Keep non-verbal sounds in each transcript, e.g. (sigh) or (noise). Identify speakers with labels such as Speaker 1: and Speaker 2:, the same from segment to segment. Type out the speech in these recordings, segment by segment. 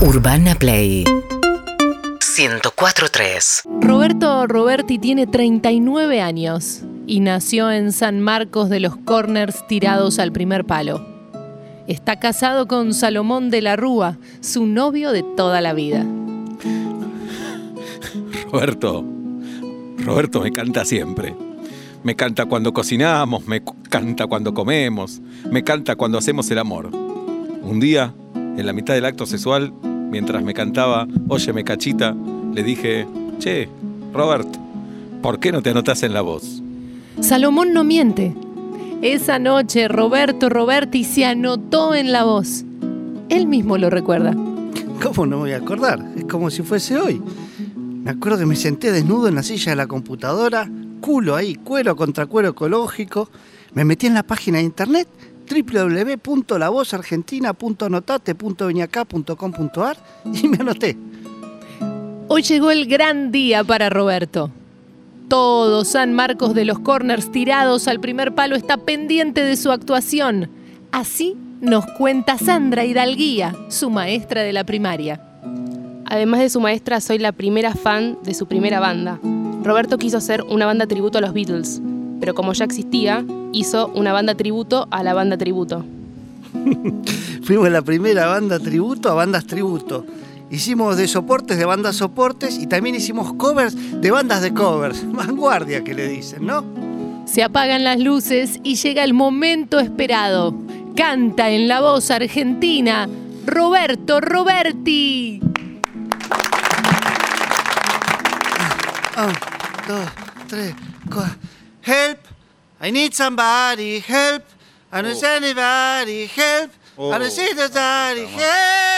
Speaker 1: Urbana Play 104.3
Speaker 2: Roberto Roberti tiene 39 años y nació en San Marcos de los Corners tirados al primer palo. Está casado con Salomón de la Rúa, su novio de toda la vida.
Speaker 3: Roberto, Roberto me canta siempre. Me canta cuando cocinamos, me cu- canta cuando comemos, me canta cuando hacemos el amor. Un día, en la mitad del acto sexual, mientras me cantaba Óyeme cachita, le dije, che, Robert, ¿por qué no te anotas en la voz?
Speaker 2: Salomón no miente. Esa noche Roberto Roberti se anotó en la voz. Él mismo lo recuerda.
Speaker 4: ¿Cómo no me voy a acordar? Es como si fuese hoy. Me acuerdo que me senté desnudo en la silla de la computadora, culo ahí, cuero contra cuero ecológico. Me metí en la página de internet www.lavozargentina.anotate.viñacá.com.ar y me anoté.
Speaker 2: Hoy llegó el gran día para Roberto. Todo San Marcos de los Corners tirados al primer palo está pendiente de su actuación. Así nos cuenta Sandra Hidalguía, su maestra de la primaria.
Speaker 5: Además de su maestra, soy la primera fan de su primera banda. Roberto quiso hacer una banda tributo a los Beatles, pero como ya existía, hizo una banda tributo a la banda tributo.
Speaker 4: Fuimos la primera banda tributo a bandas tributo. Hicimos de soportes de bandas soportes y también hicimos covers de bandas de covers. (laughs) Vanguardia que le dicen, ¿no?
Speaker 2: Se apagan las luces y llega el momento esperado. Canta en la voz argentina Roberto Roberti.
Speaker 4: Un, Oh, dos, tres, cuatro. Help! I need somebody, help! I don't
Speaker 3: Oh.
Speaker 4: see anybody, help! I don't see nobody, help!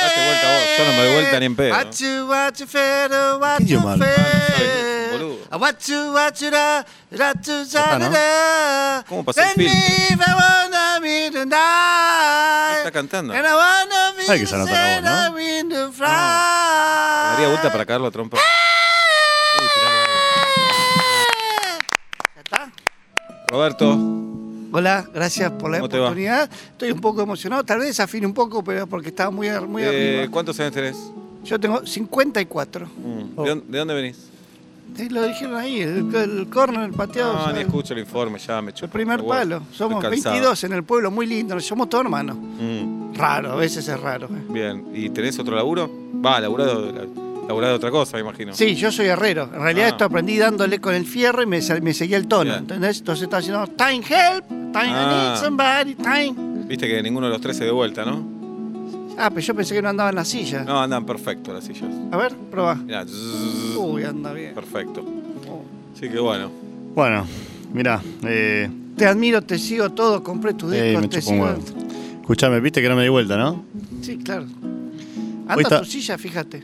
Speaker 3: Ah, Date vuelta vos, yo no me doy vuelta ni en pedo. Ah,
Speaker 4: I want you, want you, fed, I want you, fed.
Speaker 3: boludo.
Speaker 4: I want you, want you, da, da, da,
Speaker 3: está,
Speaker 4: da,
Speaker 3: ¿no?
Speaker 4: da, da.
Speaker 3: ¿Cómo pasó el
Speaker 4: And
Speaker 3: film?
Speaker 4: if I wanna be tonight,
Speaker 3: Está cantando.
Speaker 4: and I wanna be
Speaker 6: Ay, que se anota la voz, ¿no?
Speaker 4: the wind to fly.
Speaker 3: Ah. Me daría vuelta para cagarlo a trompa.
Speaker 4: ¿Ya está?
Speaker 3: Roberto,
Speaker 4: Hola, gracias por la
Speaker 3: ¿Cómo te va?
Speaker 4: oportunidad. Estoy un poco emocionado, tal vez afine un poco, pero porque estaba muy, ar- muy
Speaker 3: eh,
Speaker 4: arriba.
Speaker 3: ¿cuántos años tenés?
Speaker 4: Yo tengo 54.
Speaker 3: Mm,
Speaker 4: Oh.
Speaker 3: ¿De dónde- de dónde venís?
Speaker 4: Sí, Eh, lo dijeron ahí, el, el corner, el pateado.
Speaker 3: No, Ah, ni
Speaker 4: el-
Speaker 3: escucho el informe, ya me chupo
Speaker 4: eh. el primer
Speaker 3: huevo.
Speaker 4: palo. Somos
Speaker 3: Estoy cansado.
Speaker 4: 22 en el pueblo, muy lindo, somos todos hermanos.
Speaker 3: Mm,
Speaker 4: Raro, a veces es raro. eh.
Speaker 3: bien, ¿y tenés otro laburo? Va, laburado, laburado otra cosa, me imagino.
Speaker 4: Sí, yo soy herrero. En realidad
Speaker 3: Ah.
Speaker 4: esto aprendí dándole con el fierro y me, sa- me seguía el tono,
Speaker 3: Bien.
Speaker 4: ¿entendés? Entonces estaba diciendo, time help, time I
Speaker 3: Ah.
Speaker 4: need somebody, time.
Speaker 3: Viste que ninguno de los tres se de vuelta, ¿no?
Speaker 4: Ah, pero yo pensé que no andaba en la silla.
Speaker 3: No, andan perfecto las sillas.
Speaker 4: A ver, probá.
Speaker 3: Mirá, zzzz,
Speaker 4: Uy, anda bien.
Speaker 3: perfecto. Así que bueno.
Speaker 6: Bueno, mira, eh,
Speaker 4: Te admiro, te sigo todo, compré tu
Speaker 6: eh,
Speaker 4: disco,
Speaker 6: me
Speaker 4: te
Speaker 6: chupa un
Speaker 4: sigo.
Speaker 6: huevo. Escuchame, viste que no me di vuelta, ¿no?
Speaker 4: Sí, claro.
Speaker 6: Hoy
Speaker 4: Anda
Speaker 6: está-
Speaker 4: tu silla, fíjate.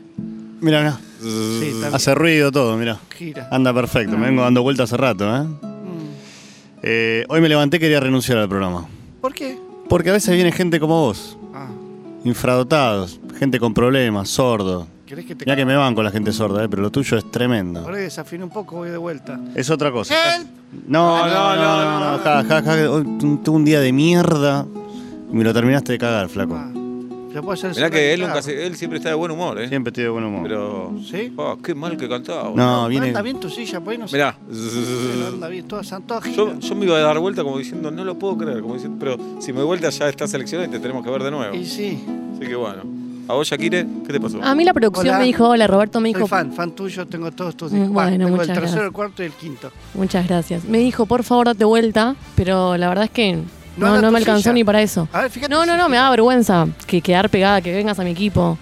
Speaker 6: Mira, mira,
Speaker 4: Sí, está bien.
Speaker 6: hace ruido todo, mira.
Speaker 4: Gira.
Speaker 6: Anda perfecto, me vengo dando vuelta hace rato, ¿eh? Eh, Hoy me levanté quería renunciar al programa.
Speaker 4: ¿Por qué?
Speaker 6: Porque a veces viene gente como vos,
Speaker 4: Ah,
Speaker 6: infradotados, gente con problemas, sordo.
Speaker 4: ¿querés que te
Speaker 6: Mirá que me van con la gente sorda, ¿eh? pero lo tuyo es tremendo.
Speaker 4: Ahora que desafiné un poco, voy de vuelta.
Speaker 6: Es otra cosa.
Speaker 4: Help.
Speaker 6: No, Ah, no, no, no, no, ja, ja, ja, hoy tu- tuve un día de mierda y me lo terminaste de cagar, flaco.
Speaker 4: Ah, ya puedo hacer el
Speaker 3: Mirá
Speaker 4: solo
Speaker 3: que
Speaker 4: de
Speaker 3: él, nunca
Speaker 4: guitarra.
Speaker 3: se- él siempre está de buen humor, ¿eh?
Speaker 6: Siempre estoy de buen humor.
Speaker 3: Pero.
Speaker 4: ¿Sí?
Speaker 3: Oh, qué mal que cantaba. boludo.
Speaker 6: no, Ah, viene.
Speaker 4: Anda bien tu silla, pues no sé.
Speaker 3: Mirá.
Speaker 4: Pero
Speaker 3: zzzz.
Speaker 4: Anda bien, todas, todas
Speaker 3: Yo,
Speaker 4: giran.
Speaker 3: yo me iba a dar vuelta como diciendo, no lo puedo creer, como diciendo, pero si me doy vuelta ya está seleccionado y te tenemos que ver de nuevo.
Speaker 4: Y sí,
Speaker 3: Así que bueno. ¿A vos, Shakire? ¿Qué te pasó?
Speaker 7: A mí la producción
Speaker 4: Hola.
Speaker 7: me dijo, hola Roberto, me
Speaker 4: soy
Speaker 7: dijo,
Speaker 4: fan, fan tuyo, tengo todos tus
Speaker 7: Mm,
Speaker 4: discos. Bah,
Speaker 7: bueno,
Speaker 4: tengo el
Speaker 7: muchas
Speaker 4: tercero,
Speaker 7: gracias.
Speaker 4: el cuarto y el quinto.
Speaker 7: muchas gracias. Me dijo, por favor, date vuelta, pero la verdad es que no,
Speaker 4: hagas
Speaker 7: no
Speaker 4: tu
Speaker 7: me alcanzó
Speaker 4: silla.
Speaker 7: ni para eso.
Speaker 4: A ver, fíjate.
Speaker 7: No, no,
Speaker 4: si-
Speaker 7: no, me daba vergüenza que quedar pegada, que vengas a mi equipo.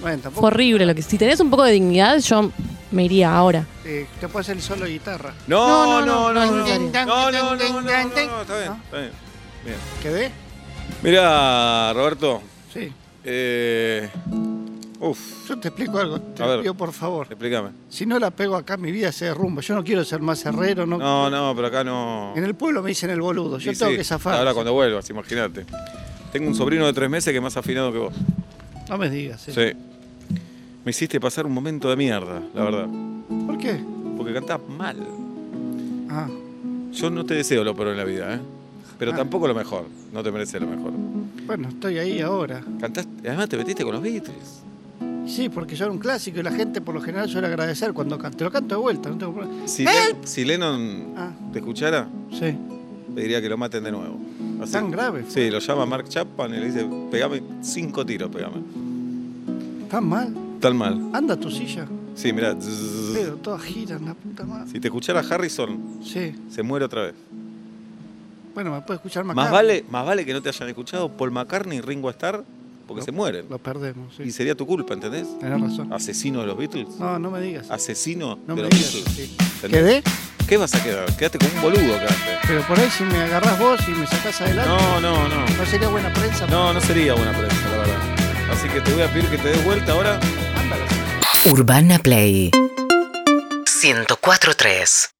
Speaker 4: Bueno, tampoco.
Speaker 7: Fue horrible lo que. Si tenés un poco de dignidad, yo me iría ahora.
Speaker 4: Eh, te puedo hacer el solo de guitarra.
Speaker 3: No, no, no, no, no, no,
Speaker 7: es necesario.
Speaker 3: no, no, no, no, está bien, está bien. Bien.
Speaker 4: ¿Quedé?
Speaker 3: Mirá, Roberto,
Speaker 4: Sí.
Speaker 3: eh, uf,
Speaker 4: Yo te explico algo. Te
Speaker 3: A ver.
Speaker 4: pido por favor.
Speaker 3: explícame.
Speaker 4: Si no la pego acá, mi vida se derrumba. Yo no quiero ser más herrero. No.
Speaker 3: No, no, pero acá no.
Speaker 4: En el pueblo me dicen el boludo. Yo
Speaker 3: Sí,
Speaker 4: tengo
Speaker 3: sí,
Speaker 4: que zafar.
Speaker 3: Ahora cuando vuelvas, imagínate. Tengo un sobrino de tres meses que es más afinado que vos.
Speaker 4: No me digas. eh. sí.
Speaker 3: Sí. Me hiciste pasar un momento de mierda, la verdad.
Speaker 4: ¿Por qué?
Speaker 3: Porque cantás mal.
Speaker 4: Ah,
Speaker 3: Yo no te deseo lo peor en la vida, ¿eh? Pero
Speaker 4: Ah.
Speaker 3: tampoco lo mejor. No te mereces lo mejor.
Speaker 4: bueno, estoy ahí ahora.
Speaker 3: Cantaste, además te metiste con los Beatles.
Speaker 4: Sí, porque yo era un clásico y la gente por lo general suele agradecer cuando can- te lo canto de vuelta, no tengo problema.
Speaker 3: Si,
Speaker 4: ¡Help!
Speaker 3: Le- si Lennon
Speaker 4: Ah,
Speaker 3: te escuchara,
Speaker 4: sí.
Speaker 3: pediría que lo maten de nuevo. Así-
Speaker 4: Tan grave.
Speaker 3: Sí, lo llama Mark Chapman y le dice, pegame cinco tiros, pegame.
Speaker 4: Tan mal.
Speaker 3: Tan mal.
Speaker 4: Anda tu silla.
Speaker 3: Sí, mirá.
Speaker 4: Pero todas giran, la puta madre.
Speaker 3: Si te escuchara Harrison,
Speaker 4: Sí.
Speaker 3: se muere otra vez.
Speaker 4: Bueno, me puede escuchar más
Speaker 3: Más
Speaker 4: tarde.
Speaker 3: vale, más vale que no te hayan escuchado Paul McCartney y Ringo Starr, porque
Speaker 4: No.
Speaker 3: se mueren.
Speaker 4: Lo perdemos,
Speaker 3: Y
Speaker 4: sí.
Speaker 3: sería tu culpa, ¿entendés?
Speaker 4: Tenés razón.
Speaker 3: Asesino de los Beatles.
Speaker 4: No, no me digas.
Speaker 3: Asesino
Speaker 4: No
Speaker 3: de
Speaker 4: me
Speaker 3: los
Speaker 4: digas.
Speaker 3: Beatles.
Speaker 4: sí.
Speaker 3: ¿entendés?
Speaker 4: Quedé,
Speaker 3: ¿Qué vas a quedar? Quédate como un boludo quedaste.
Speaker 4: pero por ahí si me agarrás vos y me sacás adelante,
Speaker 3: No, no, no.
Speaker 4: no, sería buena prensa.
Speaker 3: No, no sería buena prensa, la verdad. Así que te voy a pedir que te des vuelta ahora.
Speaker 4: Ándala.
Speaker 1: Urbana Play 104.3